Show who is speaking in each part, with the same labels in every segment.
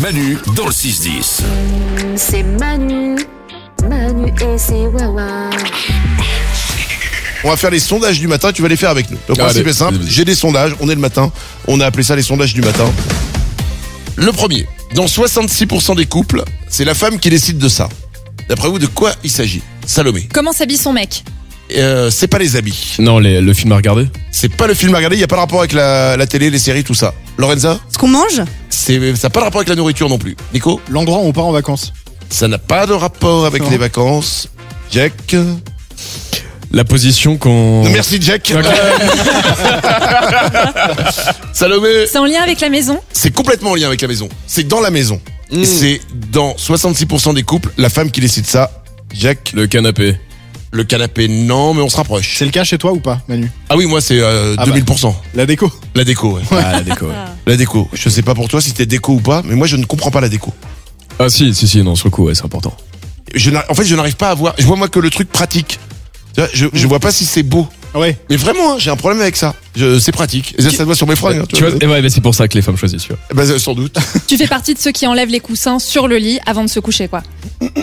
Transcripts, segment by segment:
Speaker 1: Manu dans le 6-10.
Speaker 2: C'est Manu, Manu et c'est Wawa.
Speaker 3: On va faire les sondages du matin, tu vas les faire avec nous. Le principe
Speaker 4: Allez,
Speaker 3: est simple,
Speaker 4: vas-y, vas-y.
Speaker 3: j'ai des sondages, on est le matin, on a appelé ça les sondages du matin. Le premier, dans 66% des couples, c'est la femme qui décide de ça. D'après vous, de quoi il s'agit Salomé.
Speaker 5: Comment s'habille son mec
Speaker 3: Euh, c'est pas les habits,
Speaker 4: Non, les- le film à regarder
Speaker 3: c'est pas le film à regarder, il n'y a pas de rapport avec la, la télé, les séries, tout ça. Lorenza,
Speaker 6: Ce qu'on mange
Speaker 3: c'est- ça n'a pas de rapport avec la nourriture non plus. Nico
Speaker 7: L'endroit où on part en vacances.
Speaker 3: Ça n'a pas de rapport avec
Speaker 7: Non.
Speaker 3: les vacances. Jack
Speaker 4: La position qu'on.
Speaker 3: Merci Jack
Speaker 4: Ok.
Speaker 3: Salomé
Speaker 5: C'est en lien avec la maison
Speaker 3: C'est complètement en lien avec la maison. C'est dans la maison.
Speaker 4: Hmm.
Speaker 3: Et C'est dans 66% des couples, la femme qui décide ça. Jack,
Speaker 4: Le canapé.
Speaker 3: le canapé, non, mais on se rapproche.
Speaker 7: C'est le cas chez toi ou pas, Manu
Speaker 3: Ah oui, moi, c'est euh,
Speaker 7: Ah bah.
Speaker 3: 2000%.
Speaker 7: La déco
Speaker 3: La déco, ouais.
Speaker 4: Ah, la déco. ouais.
Speaker 3: La déco. Je sais pas pour toi si t'es déco ou pas, mais moi, je ne comprends pas la déco.
Speaker 4: Ah, si, si, si, non, sur le coup, ouais, c'est important.
Speaker 3: Je n'a- en fait, je n'arrive pas à voir. Je vois, moi, que le truc pratique. Tu vois, Je,
Speaker 4: Hmm.
Speaker 3: je vois pas si c'est beau.
Speaker 7: Ouais.
Speaker 3: Mais vraiment, hein, j'ai un problème avec ça. Je- C'est pratique. Et ça, ça doit sur mes fringues. hein,
Speaker 4: tu vois, eh ouais, bah, c'est pour ça que les femmes choisissent, tu vois.
Speaker 3: Bah, euh, sans doute.
Speaker 5: Tu fais partie de ceux qui enlèvent les coussins sur le lit avant de se coucher, quoi.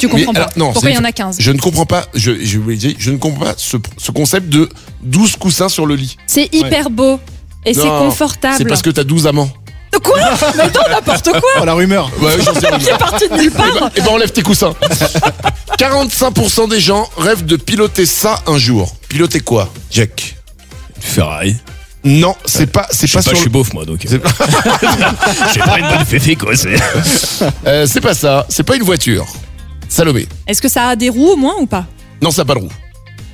Speaker 5: Tu comprends
Speaker 3: Mais
Speaker 5: pas
Speaker 3: alors, non,
Speaker 5: Pourquoi
Speaker 3: c'est-
Speaker 5: il y en a 15
Speaker 3: Je ne comprends pas. Je, je, voulais dire, je ne comprends pas ce, ce concept de 12 coussins sur le lit.
Speaker 5: C'est hyper beau et c'est
Speaker 3: Non,
Speaker 5: confortable.
Speaker 3: C'est parce que t'as 12 amants.
Speaker 5: Quoi Mais attends, n'importe quoi
Speaker 7: Oh, la rumeur
Speaker 3: Ouais, Ah j'en sais rien.
Speaker 5: C'est parti de nulle
Speaker 3: Eh ben-
Speaker 5: part
Speaker 3: eh ben, enlève tes coussins. 45% des gens rêvent de piloter ça un jour. Piloter quoi, Jack
Speaker 4: Ferrari.
Speaker 3: Non, c'est pas, c'est
Speaker 4: Euh, Je sais
Speaker 3: pas,
Speaker 4: pas,
Speaker 3: sur.
Speaker 4: je suis
Speaker 3: le-
Speaker 4: beauf, moi, donc.
Speaker 3: C'est-
Speaker 4: J'ai pas une bonne féfé, quoi. c'est-
Speaker 3: Euh, C'est pas ça. C'est pas une voiture. Salomé.
Speaker 5: Est-ce que ça a des roues au moins ou pas
Speaker 3: Non, ça a pas de roue.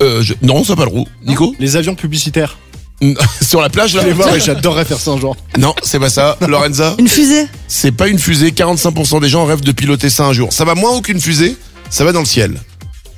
Speaker 3: Euh, je- Non, ça a pas de roue. Nico
Speaker 7: Les avions publicitaires.
Speaker 3: Sur la plage là.
Speaker 7: Allez voir, ouais, j'adorerais faire ça un jour.
Speaker 3: Non, c'est pas ça. Lorenza.
Speaker 6: Une fusée
Speaker 3: C'est pas une fusée. 45% des gens rêvent de piloter ça un jour. Ça va moins haut qu'une fusée. Ça va dans le ciel.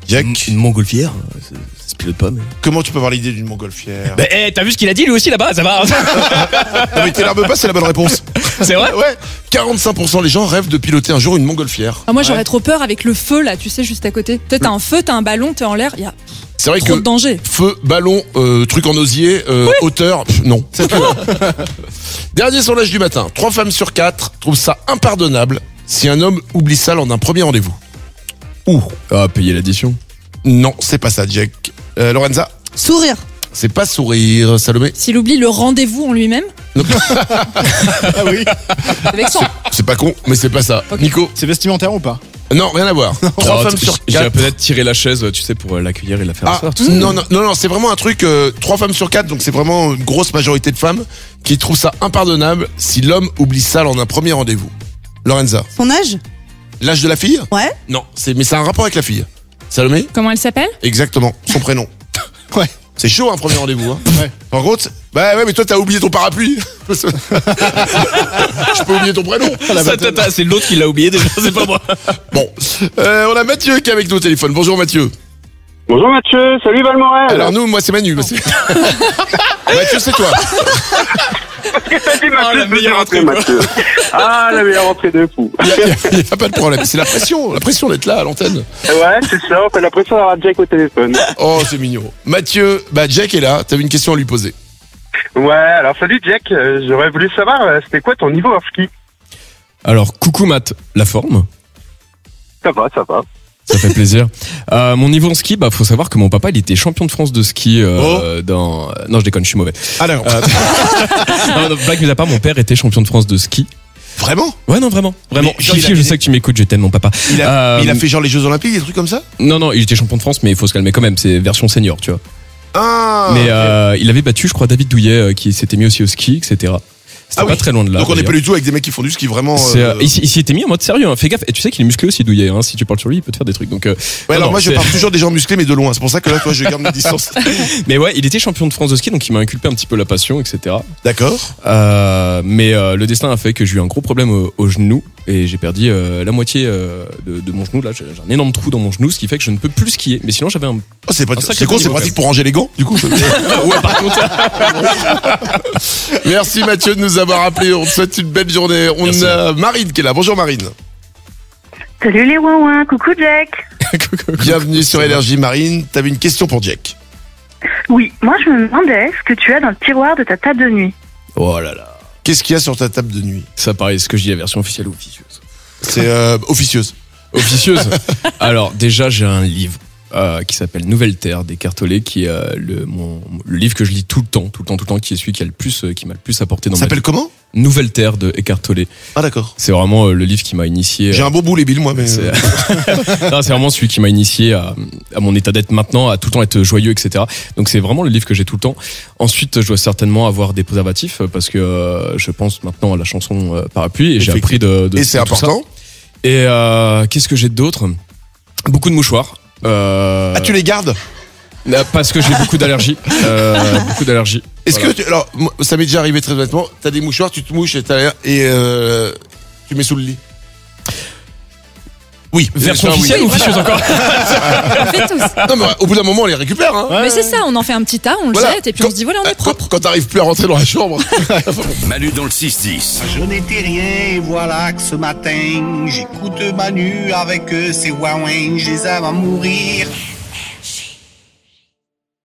Speaker 3: Jack,
Speaker 8: Une montgolfière, euh, ça, ça se pilote pas, mais.
Speaker 3: comment tu peux avoir l'idée d'une montgolfière
Speaker 8: Bah, eh, t'as vu ce qu'il a dit lui aussi là-bas, ça va.
Speaker 3: Ben,
Speaker 8: hein?
Speaker 3: Non mais t'énerve pas, c'est la bonne réponse.
Speaker 8: C'est vrai
Speaker 3: Ah Ouais. 45% des gens rêvent de piloter un jour une montgolfière.
Speaker 5: Ah, Moi j'aurais trop peur avec le feu là, tu sais, juste à côté. Toi t'as un feu, t'as un ballon, t'es en l'air, il y a
Speaker 3: C'est vrai
Speaker 5: trop
Speaker 3: Mm. que
Speaker 5: de danger.
Speaker 3: feu, ballon, euh, truc en osier, euh, hauteur, pff, non. Dernier sondage du matin. Trois femmes sur quatre trouvent ça impardonnable si un homme oublie ça lors d'un premier rendez-vous. Ouh.
Speaker 4: Ah, payer l'addition.
Speaker 3: Non, c'est pas ça, Jack. Euh, Lorenza,
Speaker 6: Sourire
Speaker 3: c'est pas sourire, Salomé.
Speaker 5: S'il oublie le rendez-vous en lui-même,
Speaker 7: Ah oui
Speaker 5: avec son.
Speaker 3: C'est pas con, mais c'est pas ça.
Speaker 5: Ok.
Speaker 3: Nico,
Speaker 7: C'est vestimentaire ou pas
Speaker 3: non, rien à voir. Trois
Speaker 4: Alors,
Speaker 3: femmes
Speaker 4: t-
Speaker 3: sur
Speaker 4: J'ai
Speaker 3: quatre.
Speaker 4: Ah, peut-être tiré la chaise, tu sais, pour euh, l'accueillir et la faire
Speaker 3: Ah,
Speaker 4: asseoir, tout ça.
Speaker 3: non, non, non, non, c'est vraiment un truc, euh, Trois femmes sur quatre, donc c'est vraiment une grosse majorité de femmes qui trouvent ça impardonnable si l'homme oublie ça lors d'un premier rendez-vous. Lorenza,
Speaker 6: Son âge
Speaker 3: l'âge de la fille
Speaker 6: Ouais
Speaker 3: Non, c'est mais c'est un rapport avec la fille. Salomé
Speaker 5: Comment elle s'appelle
Speaker 3: Exactement, son prénom.
Speaker 7: Ouais.
Speaker 3: C'est chaud un premier rendez-vous. Hein.
Speaker 7: Ouais.
Speaker 3: En gros, c'est- bah ouais, mais toi t'as oublié ton parapluie. Je peux oublier ton prénom.
Speaker 8: Ça, tata, C'est l'autre qui l'a oublié déjà, c'est pas moi.
Speaker 3: Bon, Euh, on a Mathieu qui est avec nous au téléphone. Bonjour Mathieu.
Speaker 9: Bonjour Mathieu, salut Valmorel.
Speaker 3: Alors nous, moi c'est Manu. parce que- Mathieu, c'est toi.
Speaker 9: Salut Mathieu,
Speaker 8: Ah, la
Speaker 9: je
Speaker 8: meilleure
Speaker 9: suis rentré,
Speaker 8: entrée,
Speaker 9: Mathieu. Ah, la meilleure entrée de fou.
Speaker 3: Il n'y a pas de problème. C'est la pression, la pression d'être là à l'antenne.
Speaker 9: Ouais, c'est ça, on fait la pression d'avoir Jack au téléphone.
Speaker 3: Oh, c'est mignon. Mathieu, bah Jack est là. T'avais une question à lui poser.
Speaker 9: Ouais, alors salut Jack, euh, j'aurais voulu savoir, euh, c'était quoi ton niveau en ski
Speaker 4: Alors, coucou Matt, la forme,
Speaker 9: Ça va, ça va.
Speaker 4: ça fait plaisir. Euh, mon niveau en ski, bah faut savoir que mon papa, il était champion de France de ski euh,
Speaker 3: Oh.
Speaker 4: dans. Non, je déconne, je suis mauvais.
Speaker 3: Alors,
Speaker 4: Euh, Non, non, blague mis à part, mon père était champion de France de ski.
Speaker 3: vraiment
Speaker 4: Ouais, non, vraiment, vraiment.
Speaker 3: Mais genre,
Speaker 4: Fifi,
Speaker 3: il a-
Speaker 4: je sais que tu m'écoutes, je t'aime, mon papa.
Speaker 3: il a,
Speaker 4: Euh,
Speaker 3: il a fait genre les Jeux Olympiques, des trucs comme ça
Speaker 4: Non, non, il était champion de France, mais il faut se calmer quand même. C'est version senior, tu vois.
Speaker 3: Ah
Speaker 4: mais euh, il avait battu, je crois, David Douillet, euh, qui s'était mis aussi au ski, etc. C'était
Speaker 3: Ah
Speaker 4: pas
Speaker 3: oui.
Speaker 4: très loin de là.
Speaker 3: Donc on n'est pas
Speaker 4: d'ailleurs.
Speaker 3: du tout avec des mecs qui font du ski vraiment.
Speaker 4: C'est, euh,
Speaker 3: euh,
Speaker 4: il s'y- il s'y était mis en mode sérieux. hein. Fais gaffe. Et tu sais qu'il est musclé aussi, Douillet. hein. Si tu parles sur lui, il peut te faire des trucs. Donc, euh,
Speaker 3: Ouais,
Speaker 4: non,
Speaker 3: alors
Speaker 4: non,
Speaker 3: moi je
Speaker 4: c'est-
Speaker 3: parle toujours des gens musclés mais de loin. C'est pour ça que là toi je garde mes distances.
Speaker 4: Mais ouais, il était champion de France de ski, donc il m'a inculpé un petit peu la passion, etc.
Speaker 3: D'accord.
Speaker 4: Euh, mais euh, le destin a fait que j'ai eu un gros problème au, au genou et j'ai perdu euh, la moitié euh, de, de mon genou. Là, j'ai j'ai un énorme trou dans mon genou, ce qui fait que je ne peux plus skier. Mais sinon, j'avais un.
Speaker 3: Oh, c'est pas-
Speaker 4: Un sacré
Speaker 3: c'est con, c'est
Speaker 4: niveau,
Speaker 3: pratique pour ranger les gants. Du coup.
Speaker 4: ouais, par contre.
Speaker 3: Merci Mathieu de nous avoir appelé. On te souhaite une belle journée. On
Speaker 4: Merci.
Speaker 3: a Marine qui est là. Bonjour Marine.
Speaker 10: Salut les ouin coucou Jack.
Speaker 3: Bienvenue sur Énergie Marine. T'avais une question pour Jack.
Speaker 10: Oui, moi je me demandais ce que tu as dans le tiroir de ta table de nuit.
Speaker 4: Oh là là.
Speaker 3: Qu'est-ce qu'il y a sur ta table de nuit
Speaker 4: Ça, pareil, ce que je dis, la version officielle ou officieuse.
Speaker 3: C'est euh, officieuse.
Speaker 4: Officieuse. Alors déjà j'ai un livre euh, qui s'appelle Nouvelle Terre des Cartolets, qui est euh, le, mon, le livre que je lis tout le temps, tout le temps, tout le temps, qui est celui qui a le plus, euh, qui m'a le plus apporté dans
Speaker 3: Ça
Speaker 4: ma
Speaker 3: s'appelle comment
Speaker 4: vie. Nouvelle Terre de Eckhart Tolle.
Speaker 3: Ah d'accord.
Speaker 4: C'est vraiment euh, le livre qui m'a initié.
Speaker 3: J'ai un beau bout les billes moi, mais
Speaker 4: C'est
Speaker 3: euh,
Speaker 4: Non, c'est vraiment celui qui m'a initié à, à mon état d'être maintenant, à tout le temps être joyeux, etc. Donc c'est vraiment le livre que j'ai tout le temps. Ensuite, je dois certainement avoir des préservatifs euh, parce que euh, je pense maintenant à la chanson euh, Parapluie et j'ai appris de. de
Speaker 3: et c'est
Speaker 4: de tout ça.
Speaker 3: important.
Speaker 4: Et euh, qu'est-ce que j'ai d'autre Beaucoup de mouchoirs. Euh,
Speaker 3: Ah tu les gardes
Speaker 4: euh, Parce que j'ai beaucoup d'allergies. Euh, beaucoup d'allergies.
Speaker 3: Est-ce
Speaker 4: Voilà.
Speaker 3: que tu- alors moi, ça m'est déjà arrivé très honnêtement. T'as des mouchoirs, tu te mouches et t'as l'air- et euh, tu mets sous le lit. Oui,
Speaker 4: Version
Speaker 3: enfin, oui.
Speaker 4: officielle ou officieuse encore
Speaker 5: On le fait tous.
Speaker 3: Non mais au bout d'un moment on les récupère. Hein.
Speaker 5: Mais c'est ça, on en fait un petit tas, on le
Speaker 3: Voilà. Euh,
Speaker 5: jette et puis on se dit voilà, on
Speaker 3: Quand-
Speaker 5: est propre.
Speaker 3: Quand t'arrives plus à rentrer dans la chambre.
Speaker 1: Manu dans le 6-10.
Speaker 6: Je n'étais rien, et voilà que ce matin, j'écoute Manu avec eux, c'est Wawin, je les aime à mourir.